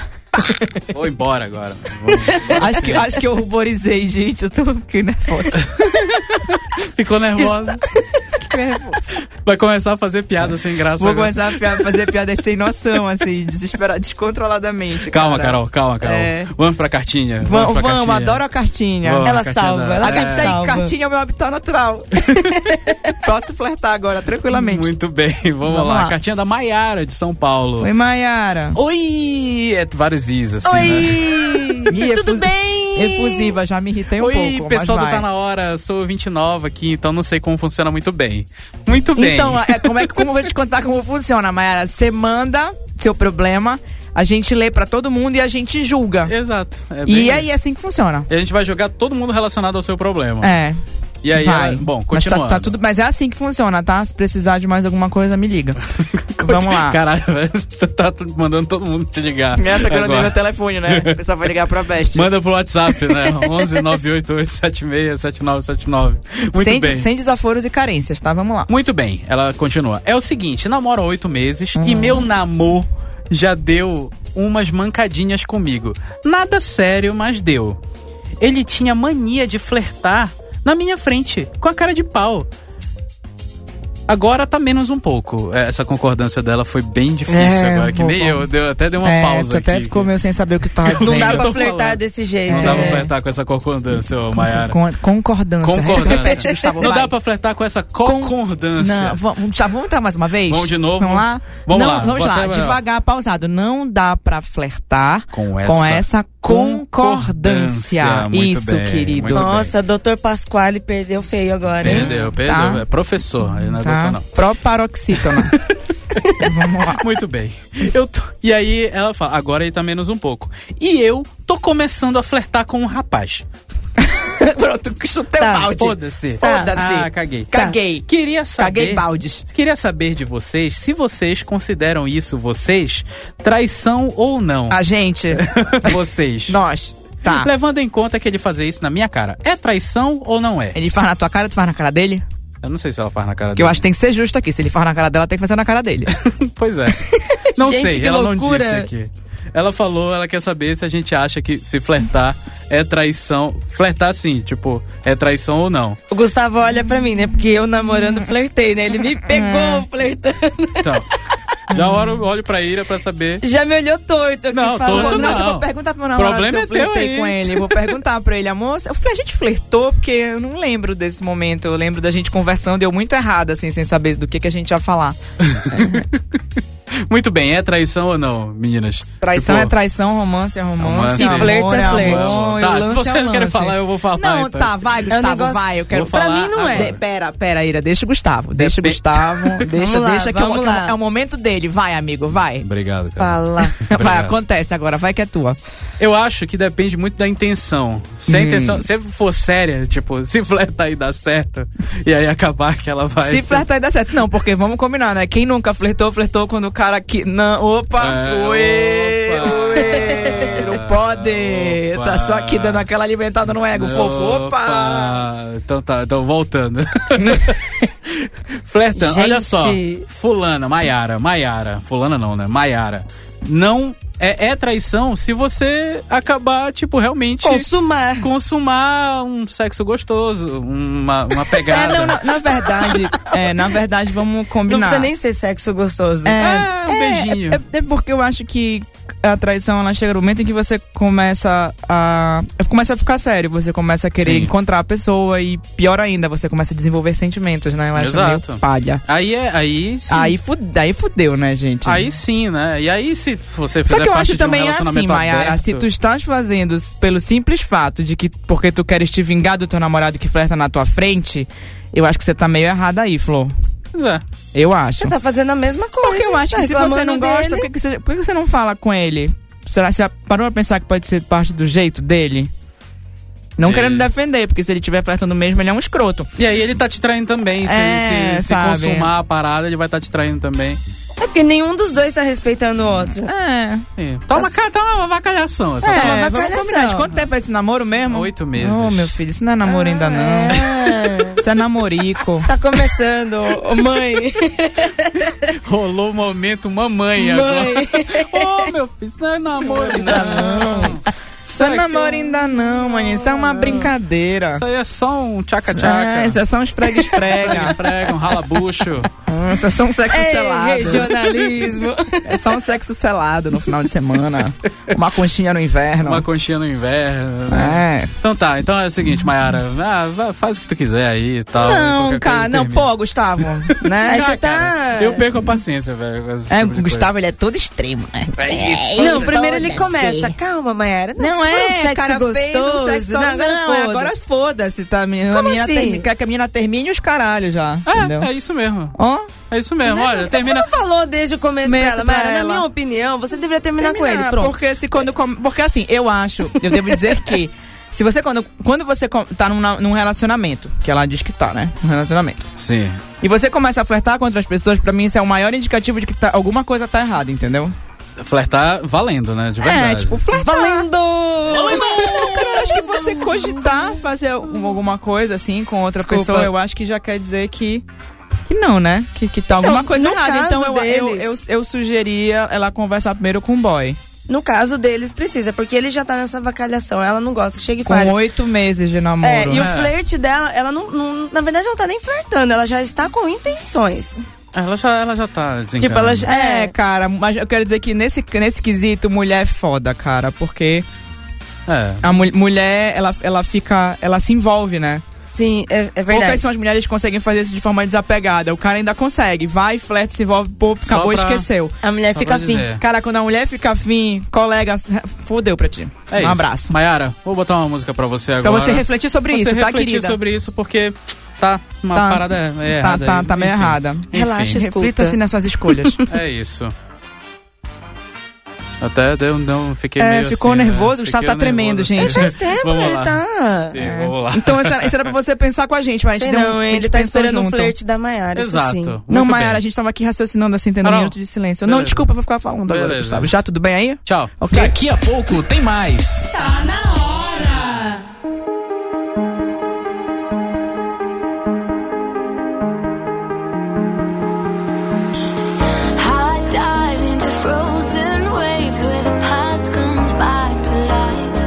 S1: Vou embora agora. Vou-
S3: Acho que, acho que eu ruborizei, gente. Eu tô né? fiquei nervosa.
S1: Ficou nervosa.
S3: Fiquei nervosa.
S1: Vai começar a fazer piada sem graça.
S3: Vou
S1: agora.
S3: começar a pia- fazer piadas sem noção, assim, desespera- descontroladamente.
S1: Calma,
S3: cara.
S1: Carol, calma, Carol.
S3: É.
S1: Vamos pra cartinha.
S3: Vamos,
S1: pra
S3: vamos,
S1: cartinha.
S3: adoro a cartinha.
S1: Vamos,
S4: Ela
S1: cartinha
S4: salva,
S1: da-
S4: ela
S1: É,
S4: sempre
S3: Tá,
S4: salva.
S3: e cartinha é o meu habitat natural. Posso flertar agora, tranquilamente.
S1: Muito bem, vamos,
S3: Vamos
S1: lá.
S3: lá.
S1: Cartinha da Maiara, de São Paulo.
S3: Oi, Maiara.
S1: Oi! É vários is, assim, né?
S4: Oi!
S3: Ih,
S4: Tá Tudo
S3: efusi-
S4: bem?
S3: Efusiva, já me irritei um
S1: Oi,
S3: pouco.
S1: pessoal
S3: mas
S1: do Tá
S3: vai.
S1: Na Hora, sou 29 aqui, então não sei como funciona muito bem. Muito bem.
S3: Então, é, como é que como eu vou te contar como funciona, Mayara? Você manda seu problema, a gente lê pra todo mundo e a gente julga.
S1: Exato. é bem
S3: e
S1: isso.
S3: aí é assim que funciona.
S1: E a gente vai jogar todo mundo relacionado ao seu problema.
S3: É.
S1: E aí,
S3: vai.
S1: ela- bom,
S3: Mas tá-
S1: continuando.
S3: tá tudo, mas é assim que funciona, tá? Se precisar de mais alguma coisa, me liga. Vamos lá.
S1: Caralho, tá mandando todo mundo te ligar.
S3: Essa que eu não dei
S1: agora.
S3: meu telefone, né? O pessoal vai ligar pra Best.
S1: Manda pro WhatsApp, né? 11 988 76 7979. Muito
S3: sem,
S1: bem.
S3: sem desaforos e carências, tá? Vamos lá. Hum.
S1: Muito bem, ela continua. É o seguinte, namoro há oito meses e meu namoro já deu umas mancadinhas comigo. Nada sério, mas deu. Ele tinha mania de flertar na minha frente, com a cara de pau. Agora tá menos um pouco. É, Essa concordância dela foi bem difícil
S3: É,
S1: agora, que nem
S3: bom, bom.
S1: eu. Deu, até deu uma
S3: é,
S1: pausa
S3: tu até
S1: aqui.
S3: ficou meio sem saber o que tu tava
S1: Não
S3: dizendo.
S4: Não dá
S1: Eu
S4: pra
S1: tô
S4: flertar
S1: falando.
S4: desse jeito.
S1: Não dá pra
S4: né?
S1: flertar com essa concordância, ô Mayara.
S3: Con- É. concordância.
S1: Concordância.
S3: Repete, Gustavo.
S1: Não
S3: vai.
S1: dá pra flertar com essa concordância.
S3: Não, vamos, tá, vamos tentar mais uma vez?
S1: Vamos de novo?
S3: Vamos lá?
S1: Vamos
S3: Não,
S1: lá,
S3: Vamos
S1: vou
S3: lá,
S1: até-
S3: devagar, pausado. Não dá pra flertar
S1: Com
S3: com
S1: essa
S3: essa concordância.
S1: concordância. Muito
S3: Isso,
S1: bem,
S3: querido. Tá?
S1: muito bem.
S4: Nossa, doutor Pasquale perdeu feio agora. hein?
S1: Perdeu, perdeu.
S3: Tá.
S1: É professor, aí não é doutor,
S3: Tá?
S1: não.
S3: Proparoxítona. vamos lá.
S1: Muito bem. Eu tô- E aí ela fala, agora ele tá menos um pouco. E eu tô começando a flertar com um rapaz.
S3: Pronto, chutei
S4: Tá.
S3: o balde.
S1: Foda-se.
S3: Foda-se. Tá.
S1: Ah, caguei.
S3: Caguei.
S1: Queria saber...
S3: Caguei baldes.
S1: Queria saber de vocês se vocês consideram isso vocês traição ou não.
S3: A gente,
S1: vocês.
S3: nós, Ah. tá.
S1: Levando em conta que ele fazer isso na minha cara. É traição ou não é?
S3: Ele faz na tua cara, tu faz na cara dele?
S1: Eu não sei se ela faz na cara
S3: Que eu
S1: dele.
S3: acho que tem que ser justo aqui. Se ele faz na cara dela, tem que fazer na cara dele.
S1: Pois é. Não
S4: Gente,
S1: sei,
S4: que
S1: ela não
S4: loucura.
S1: disse aqui. Ela falou, ela quer saber se a gente acha que se flertar é traição. Flertar sim, tipo, é traição ou não.
S4: O Gustavo olha pra mim, né? Porque eu namorando flertei, né? Ele me pegou flertando.
S1: Então, já olho, olho pra Ira pra saber.
S4: Já me olhou torto aqui
S1: Não,
S4: falando.
S1: torto não.
S3: Nossa, eu vou perguntar pro meu namorado
S1: Problema
S3: se
S1: é
S3: eu
S1: teu
S3: flertei
S1: aí.
S3: com ele. Vou perguntar pra ele, amor. Eu falei, a gente flertou, porque eu não lembro desse momento. Eu lembro da gente conversando, deu muito errado, assim, sem saber do que, que a gente ia falar.
S1: Muito bem, é traição ou não, meninas?
S3: Traição
S1: Tipo,
S3: é traição, romance é romance.
S1: Romance. E
S3: amor
S4: flerte é flerte.
S3: amor, e
S1: Tá, se
S3: lance
S1: você
S3: é
S1: não querer
S3: lance.
S1: falar, eu vou falar,
S3: Não,
S1: então.
S3: tá, vai, Gustavo,
S4: negócio-
S3: vai. Eu quero
S1: Vou
S4: pra
S1: falar
S4: mim não é.
S1: agora.
S3: De- pera, pera, Ira, deixa o Gustavo. Deixa o
S1: Depende.
S3: Gustavo. deixa,
S4: lá,
S3: deixa que, eu,
S4: vamos
S3: que
S4: lá.
S3: é o momento dele. Vai, amigo, vai.
S1: Obrigado, cara.
S3: Fala. Vai,
S1: Obrigado.
S3: acontece agora, vai que é tua.
S1: Eu acho que depende muito da intenção. Se
S4: Hum.
S1: a intenção se for séria, tipo, se flertar e dar certo, e aí acabar que ela vai.
S4: então.
S3: Se flertar e dá certo. Não, porque vamos combinar, né? Quem nunca flertou, flertou quando o cara que. Não, opa!
S1: É,
S3: uê!
S1: opa.
S3: Uê! Não pode!
S1: Opa.
S3: Tá só aqui dando aquela alimentada no ego, fofo. Opa!
S1: Então tá, então voltando. Flertando,
S4: Gente.
S1: olha só. Fulana, Maiara, Maiara. Fulana não, né? Maiara. Não é, é traição se você acabar, tipo, realmente
S4: Consumar.
S1: consumar um sexo gostoso, uma, uma
S3: É,
S1: pegada.
S3: não, na, na verdade, é, na verdade, vamos combinar.
S4: Não precisa nem ser sexo gostoso.
S3: É,
S1: Ah, um
S3: é,
S1: beijinho.
S3: É, é porque eu acho que a traição ela chega no momento em que você começa a. começa a ficar sério, você começa a querer
S1: Sim.
S3: encontrar a pessoa e pior ainda, você começa a desenvolver sentimentos, né? Eu acho
S1: Exato.
S3: meio palha.
S1: Aí é, aí sim.
S3: Aí, fu aí fudeu, né, gente?
S1: Aí sim, né? E aí se você fizer
S3: Só que eu
S1: parte
S3: acho
S1: de um
S3: também assim,
S1: relacionamento
S3: Mayara,
S1: aberto,
S3: se tu estás fazendo s- pelo simples fato de que porque tu queres te vingar do teu namorado que flerta na tua frente, eu acho que você tá meio errada aí, Flor.
S1: É.
S3: Eu acho.
S4: Você tá fazendo a mesma coisa. tá
S3: Porque eu acho que se você não
S4: reclamando
S3: gosta, por
S4: dele.
S3: que, que você, por que que você não fala com ele? Será que você já parou pra pensar que pode ser parte do jeito dele? Não
S1: É.
S3: querendo defender, porque se ele estiver flertando mesmo, ele é um escroto.
S1: E aí ele tá te traindo também. Se,
S3: É,
S1: se- se
S3: sabe.
S1: consumar a parada, ele vai estar te traindo também.
S4: É porque nenhum dos dois tá respeitando o outro.
S3: É.
S1: É. Tá, uma, ca- tá uma avacalhação essa parada.
S3: É, vamos
S4: avacalhação.
S3: combinar. De quanto tempo é esse namoro mesmo?
S1: Oito meses.
S3: Ô, meu filho, isso não é namoro ainda não.
S4: É.
S3: Isso é namorico.
S4: Tá começando, ô mãe.
S3: É.
S1: Rolou o momento mamãe agora.
S4: mãe.
S1: Ô, meu filho, isso não é namoro ainda não.
S3: Isso é namoro ainda não, mano. Isso é uma brincadeira.
S1: um Isso aí é só um
S3: É, isso
S1: tchaca-tchaca.
S3: é só uns prega-esprega.
S1: Prega, um ralabucho.
S3: Hum, isso é só um sexo selado.
S4: Ei, regionalismo.
S3: É só um sexo selado no final de semana. Uma conchinha no inverno.
S1: Uma conchinha no inverno, né?
S3: É.
S1: Então tá, então é o seguinte, Mayara. ah, vá- faz o que tu quiser aí e tal.
S3: Não,
S1: qualquer
S3: cara,
S1: coisa
S3: não,
S1: termina. Ah,
S3: pô, Gustavo,
S4: Aí
S3: né?
S4: você tá.
S1: Eu perco a paciência, velho. com esse
S3: É,
S1: tipo de
S3: o Gustavo, ele é todo extremo, né?
S4: Não, primeiro ele começa. Calma, Mayara. Não, isso
S3: Não
S4: foi
S3: é,
S4: um sexo
S3: cara,
S4: gostoso.
S3: fez um sexo,
S4: não,
S3: não,
S4: agora
S3: não, é,
S4: foda.
S3: agora foda-se, tá? A menina,
S4: Como
S3: a menina
S4: assim?
S3: termi- quer que a menina termine os caralhos já, entendeu?
S1: coisa. É, é isso mesmo.
S3: Ó,
S1: É isso mesmo. Olha,
S4: Você
S1: termina.
S4: não falou desde o começo pra
S3: Começa
S4: ela,
S3: pra
S4: Mayara. Na
S3: ela.
S4: minha opinião, você deveria terminar, com ele.
S3: terminar,
S4: Pronto.
S3: Porque, se quando, come- porque assim, eu acho, eu devo dizer que... Se você, quando, quando você com- tá num, na- num relacionamento, que ela diz que tá, né? Um relacionamento.
S1: Sim.
S3: E você começa a flertar com outras pessoas, pra mim isso é o maior indicativo de que tá- alguma coisa tá errada, entendeu?
S1: Flertar valendo, né? De verdade.
S3: É, tipo, flertar.
S4: Valendo!
S3: Cara, eu acho que você cogitar fazer um- alguma coisa assim com outra
S4: Desculpa.
S3: pessoa, eu acho que já quer dizer que que não, né? Que, que tá
S4: Então,
S3: alguma coisa
S4: no
S3: errada. Então
S4: caso
S3: eu, eu, eu,
S4: deles-
S3: eu sugeria ela conversar primeiro com o boy.
S4: No caso deles, precisa, porque ele já tá nessa vacalhação. Ela não gosta. Chega e
S3: Com
S4: fala.
S3: oito meses de namoro.
S4: É, e o
S1: né?
S4: flerte dela, ela não, não- Na verdade, ela não tá nem flertando, ela já está com intenções.
S1: É, Ela já, ela já tá desencanando.
S4: Tipo, ela já.
S3: É,
S4: É,
S3: cara, mas eu quero dizer que nesse, nesse quesito, mulher é foda, cara, porque
S1: É.
S3: a mu- mulher, ela, ela fica, ela se envolve, né?
S4: sim, é, é
S3: Poucas
S4: verdade.
S3: são as mulheres que conseguem fazer isso de forma desapegada. O cara ainda consegue, vai, flerta, se envolve, pô,
S1: Só
S3: acabou,
S1: pra-
S3: esqueceu.
S4: A mulher
S1: Só
S4: fica
S1: pra
S4: afim.
S1: dizer.
S3: Cara, quando a mulher fica afim, colega, fodeu pra ti.
S1: É
S3: um
S1: isso.
S3: abraço.
S1: Mayara, vou botar uma música pra você agora.
S3: Pra você refletir sobre
S1: Você
S3: isso, tá,
S1: refletir
S3: querida?
S1: sobre isso, porque tá uma
S3: Tá.
S1: parada é
S3: Tá,
S1: errada.
S3: tá,
S1: aí.
S3: tá meio
S1: Enfim.
S3: errada.
S1: Enfim,
S4: Relaxa, Escuta.
S3: Reflita-se nas suas escolhas.
S1: É isso. Até deu, não fiquei
S3: É,
S1: meio
S3: ficou
S1: assim, né?
S3: nervoso, o Gustavo
S1: Fiquei
S3: tá tremendo,
S1: nervoso,
S3: gente.
S1: assim.
S4: Faz tempo,
S1: Vamos
S4: ele
S1: lá.
S4: tá.
S1: Sim, Vamos lá.
S3: então, isso era, isso era pra você pensar com a gente, mas a
S4: Sei
S3: gente deu
S4: não,
S3: um,
S4: ele tá esperando o
S3: junto.
S4: flerte da
S3: É,
S4: Maiara. isso
S1: Exato.
S4: sim.
S1: Muito
S3: Não,
S1: bem.
S3: Mayara, a gente tava aqui raciocinando assim, tendo
S1: Ah,
S3: um
S1: não.
S3: minuto de silêncio. Não,
S1: Beleza.
S3: desculpa, vou ficar falando agora,
S1: Beleza. É.
S3: Gustavo. Já, tudo bem aí?
S1: Tchau.
S3: Ok.
S1: Daqui a pouco tem mais.
S6: I dive into frozen waves where the past comes back to life.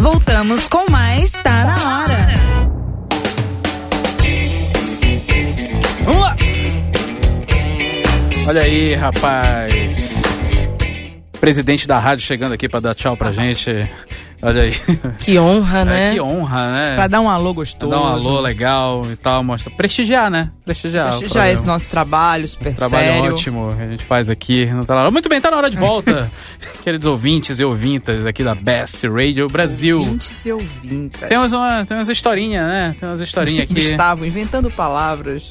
S2: Voltamos com mais Tá na Hora.
S3: Vamos lá!
S1: Olha aí, rapaz. Presidente da rádio chegando aqui pra dar tchau pra gente. Olha aí.
S4: Que honra, né?
S1: É, que honra, né?
S3: Pra dar um alô gostoso.
S1: Dar um alô legal e tal, mostra. Prestigiar, né? Prestigiar. o
S3: Já é esse
S1: programa. Um
S3: nosso trabalho, super
S1: Trabalho
S3: sério.
S1: ótimo que a gente faz aqui no Tá Na Hora. Muito bem, tá na hora de volta. Queridos ouvintes e ouvintas aqui da Best Radio Brasil.
S3: 20 se ouvintes.
S1: Temos uma, tem umas historinha, né? Tem umas historinha aqui.
S3: Gustavo, inventando palavras.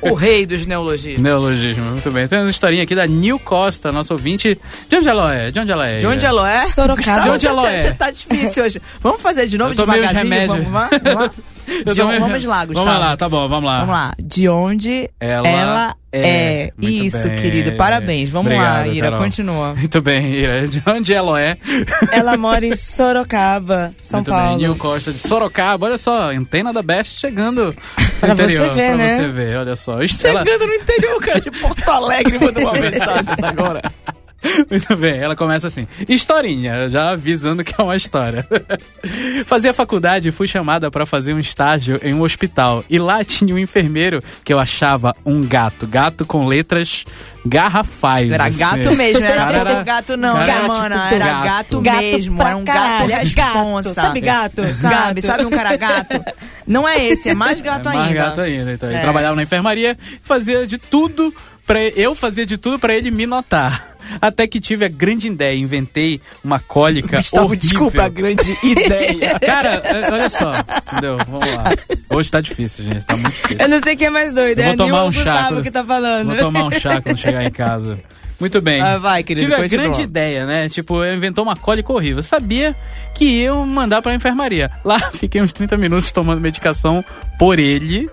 S3: o rei dos neologismos.
S1: Neologismo, muito bem. Tem umas historinha aqui da Nil Costa, nossa ouvinte. De onde ela é? De onde ela é?
S3: De onde ela é?
S4: Sorocaba.
S1: De onde ela
S3: você,
S1: é?
S3: Você tá difícil hoje. Vamos fazer de novo
S1: Eu tomei os
S3: devagarzinho?
S1: remédios.
S3: Vamos lá? Vamos lá?
S1: Eu
S3: De on-
S1: também-
S3: Então, Vamos lá, Gustavo.
S1: Vamos lá, tá bom, vamos lá.
S3: Vamos lá. De onde
S1: Ela
S3: ela,
S1: é.
S3: é?
S1: Muito
S3: Isso,
S1: bem.
S3: querido. Parabéns. Vamos lá,
S1: Obrigado,
S3: Ira.
S1: Carol.
S3: Continua.
S1: Muito bem, Ira. De onde ela é?
S4: Ela mora em Sorocaba, São
S1: Muito
S4: Paulo.
S1: bem, Nil Costa de Sorocaba. Olha só, antena da Best chegando.
S4: Pra você
S1: interior,
S4: ver,
S1: pra
S4: né?
S1: você ver, olha só. Ela-
S3: no interior, cara, de Porto Alegre, mandou uma mensagem agora.
S1: Muito bem, ela começa assim: historinha, já avisando que é uma história. Fazia faculdade e fui chamada para fazer um estágio em um hospital. E lá tinha um enfermeiro que eu achava um gato. Gato com letras garrafais.
S3: Era
S1: assim.
S3: gato mesmo, não
S1: Cara,
S3: era,
S1: era-
S3: era gato não,
S1: cara, era
S3: cara,
S1: tipo
S3: mana, era
S1: gato.
S3: gato,
S4: Gato
S3: mesmo,
S4: pra
S3: era um
S4: caralho, é
S3: gato responsa.
S4: Sabe gato?
S3: Sabe,
S4: Gato.
S3: sabe um cara gato? Não é esse, é mais gato
S1: É
S3: ainda.
S1: mais gato ainda. Então, Ele
S3: É.
S1: trabalhava na enfermaria, fazia de tudo para eu fazia de tudo pra ele me notar. Até que tive a grande ideia, inventei uma cólica
S3: Gustavo,
S1: horrível.
S3: desculpa a grande ideia.
S1: Cara, é, olha só, entendeu? Vamos lá. Hoje tá difícil, gente, tá muito difícil.
S4: Eu não sei quem é mais doido,
S1: Eu
S4: é
S1: vou
S4: a
S1: tomar
S4: Nil
S1: um
S4: ou o
S1: chá
S4: Gustavo
S1: quando-
S4: que tá falando.
S1: Vou tomar um chá quando chegar em casa. Muito bem.
S3: É, né? Ah, vai, querido,
S1: Tive a
S3: continua.
S1: grande ideia, né? Tipo, eu inventou uma cólica horrível. Eu sabia que ia mandar pra enfermaria. Lá fiquei uns 30 minutos tomando medicação por ele.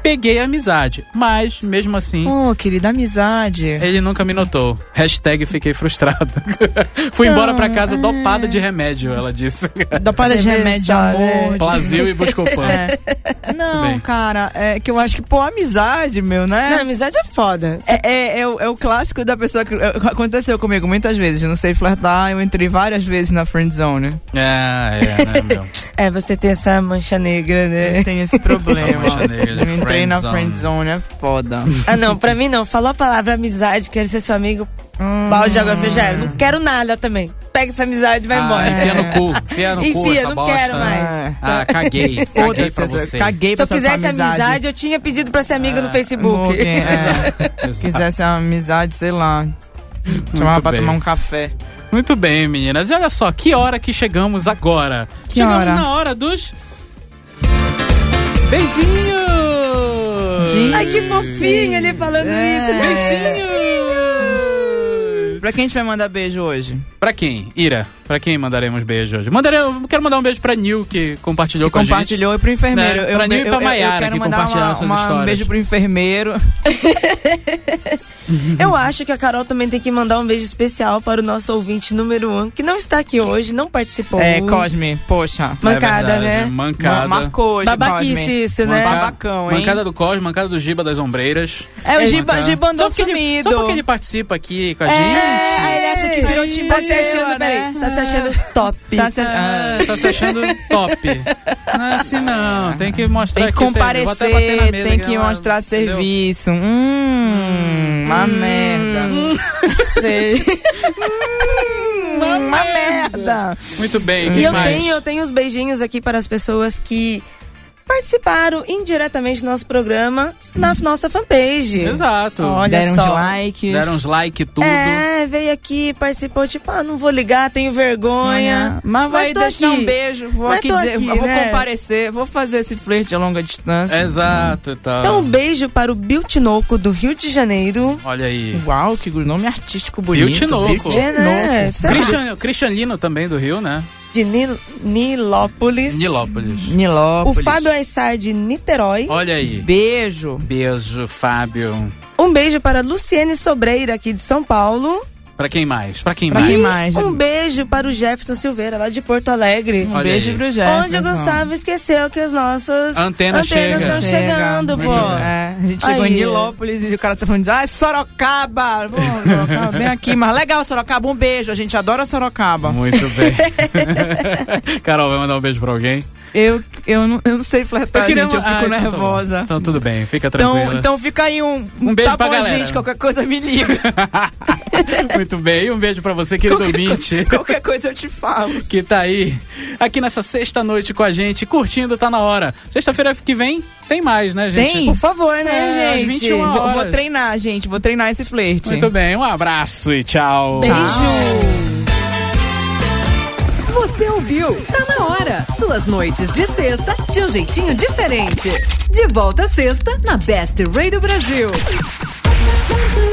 S1: Peguei a amizade. Mas, mesmo assim,
S3: Ô, querida amizade.
S1: ele nunca me notou. Hashtag fiquei frustrado. Fui embora pra casa dopada
S4: é.
S1: de remédio, ela disse.
S3: Dá para de
S4: Você vê
S3: remédio,
S4: só,
S3: amor.
S4: né?
S3: de-
S1: Plasil e Buscopan.
S3: É.
S1: bem.
S3: Não, cara, é que eu acho que, pô, amizade, meu, né?
S4: Não, amizade é foda.
S3: É, é, é o, é o clássico da pessoa que. é, Aconteceu comigo muitas vezes. Eu não sei flertar, eu entrei várias vezes na friend zone.
S1: É, é, né, meu?
S4: É, você tem essa mancha negra, né?
S3: Tem esse problema.
S1: Essa mancha negra de
S3: Eu entrei na
S1: friendzone.
S3: friend zone, é foda.
S4: Ah, não, pra mim não. Falou a palavra amizade, quero ser seu amigo.
S3: Hum.
S4: Balde de água fechada. Não quero nada também. Pega essa amizade e vai
S1: Ah,
S4: embora. É.
S1: enfia no cu, enfia no cu
S4: Enfia,
S1: essa
S4: não
S1: bosta.
S4: quero mais.
S3: É.
S1: Ah, caguei, caguei pra
S3: Foda-se, eu
S1: você.
S4: Se
S3: caguei pra
S4: eu
S3: essa
S4: quisesse
S3: sua
S4: amizade.
S3: amizade.
S4: eu tinha pedido pra ser amigo no
S3: Bom,
S4: Facebook.
S3: quem- é,
S1: Exato.
S3: quisesse amizade, sei lá. Chamava
S1: Muito
S3: pra
S1: bem.
S3: tomar um café.
S1: Muito bem, meninas. E olha só, que hora que chegamos agora.
S3: Que
S1: chegamos
S3: hora?
S1: na hora dos... Beijinhos!
S3: Gente.
S4: Ai, que fofinho ele falando
S3: É.
S4: isso. né?
S1: Beijinhos!
S3: Pra quem a gente vai mandar beijo hoje?
S1: Pra quem? Ira, pra quem mandaremos beijo hoje? Mandarei, eu quero mandar um beijo pra Nil, que compartilhou
S3: que
S1: com
S3: compartilhou e pro enfermeiro.
S1: Né? Pra Nil e pra Maiara,
S3: eu quero
S1: que
S3: mandar um
S1: compartilharam
S3: uma-
S1: suas
S3: uma- Um
S1: histórias.
S3: beijo pro enfermeiro.
S4: Eu acho que a Carol também tem que mandar um beijo especial para o nosso ouvinte número um, que não está aqui hoje, não participou.
S3: É, Cosme, poxa.
S4: Mancada,
S1: É verdade,
S4: né?
S1: Mancada.
S3: Ma- Marcou hoje,
S4: Babaquice
S3: Cosme.
S4: isso, né?
S1: Mancada-
S3: Babacão, hein?
S1: Mancada do Cosme, mancada do Giba das Ombreiras.
S3: É, o Giba,
S1: Mancada.
S3: Giba andou
S1: Só porque ele-
S3: sumido.
S1: Só porque ele participa aqui com a
S4: É,
S1: gente.
S4: aí ele acha que virou time. Tá se achando, peraí, tá se achando top.
S3: Tá se- ah.
S1: É, tá se achando top. Não é assim não, tem que mostrar
S3: Tem que
S1: aqui o serviço. Vou até bater na
S3: comparecer,
S1: mesa
S3: tem
S1: aqui,
S3: que
S1: ó,
S3: mostrar
S1: entendeu?
S3: serviço. Hum, uma merda.
S4: Sei.
S3: Hum, Uma merda.
S1: Muito bem,
S4: E
S1: quem
S4: eu
S1: mais?
S4: tenho, eu tenho os beijinhos aqui para as pessoas que participaram indiretamente do nosso programa na nossa fanpage.
S1: Exato.
S4: Olha
S3: Deram uns
S4: só.
S3: likes.
S1: Deram uns like tudo.
S4: É, veio aqui, participou, tipo, ah, não vou ligar, tenho vergonha.
S3: Mas vai
S4: tô
S3: deixar
S4: aqui.
S3: um beijo. Vou
S4: Mas
S3: aqui
S4: tô
S3: dizer,
S4: aqui,
S3: eu vou
S4: né?
S3: comparecer, vou fazer esse flerte a longa distância.
S1: Exato, tá.
S4: Então, um beijo para o Biltinoco do Rio de Janeiro.
S1: Olha aí.
S3: Uau, que nome artístico bonito.
S1: Biltinoco. Pô,
S3: Biltinoco.
S4: De, né? Sei lá,
S1: Christian, Christian Lino também do Rio, né?
S4: de Nil- Nilópolis.
S1: Nilópolis.
S4: O
S3: Nilópolis.
S4: Fábio Aissar de Niterói.
S1: Olha aí.
S3: Beijo.
S1: Beijo, Fábio.
S4: Um beijo para a Luciene Sobreira, aqui de São Paulo.
S1: Pra quem mais? Pra quem
S3: Pra
S1: mais?
S3: quem
S4: E
S3: mais?
S4: um beijo para o Jefferson Silveira, lá de Porto Alegre.
S3: Um
S1: Olha
S3: beijo
S1: aí.
S3: pro Jefferson.
S4: Onde o Gustavo esqueceu que as nossas
S1: Antena
S4: antenas
S1: chega.
S4: estão
S3: Chega.
S4: chegando,
S1: Muito
S4: pô.
S1: bem.
S3: É, a gente chegou
S4: Aí.
S3: em Nilópolis e o cara tá falando, ah, é Sorocaba. Pô, Sorocaba, vem aqui. Mas legal, Sorocaba, um beijo. A gente adora Sorocaba.
S1: Muito bem. Carol, vai mandar um beijo pra alguém?
S3: Eu, eu, não, eu não sei flertar, gente. Eu fico
S1: Ah, então tá bom.
S3: nervosa.
S1: Então tudo bem, fica
S3: Então,
S1: tranquila.
S3: então fica aí um...
S1: Um beijo
S3: tá
S1: pra
S3: bom,
S1: galera.
S3: gente. Qualquer coisa me liga.
S1: Muito bem, e um beijo pra você, querido ouvinte,
S3: qualquer coisa eu te falo.
S1: que tá aí, aqui nessa sexta-noite com a gente, curtindo, tá na hora. Sexta-feira que vem tem mais, né, gente?
S3: Tem?
S4: Por favor, né,
S1: É, às
S4: gente?
S1: 21
S3: Vou, vou
S1: horas.
S3: treinar, gente. Vou treinar esse flerte.
S1: Muito bem, um abraço e tchau.
S4: Beijo.
S2: Você ouviu? Tá na hora. Suas noites de sexta de um jeitinho diferente. De volta sexta na Best Ray do Brasil.
S7: Dancing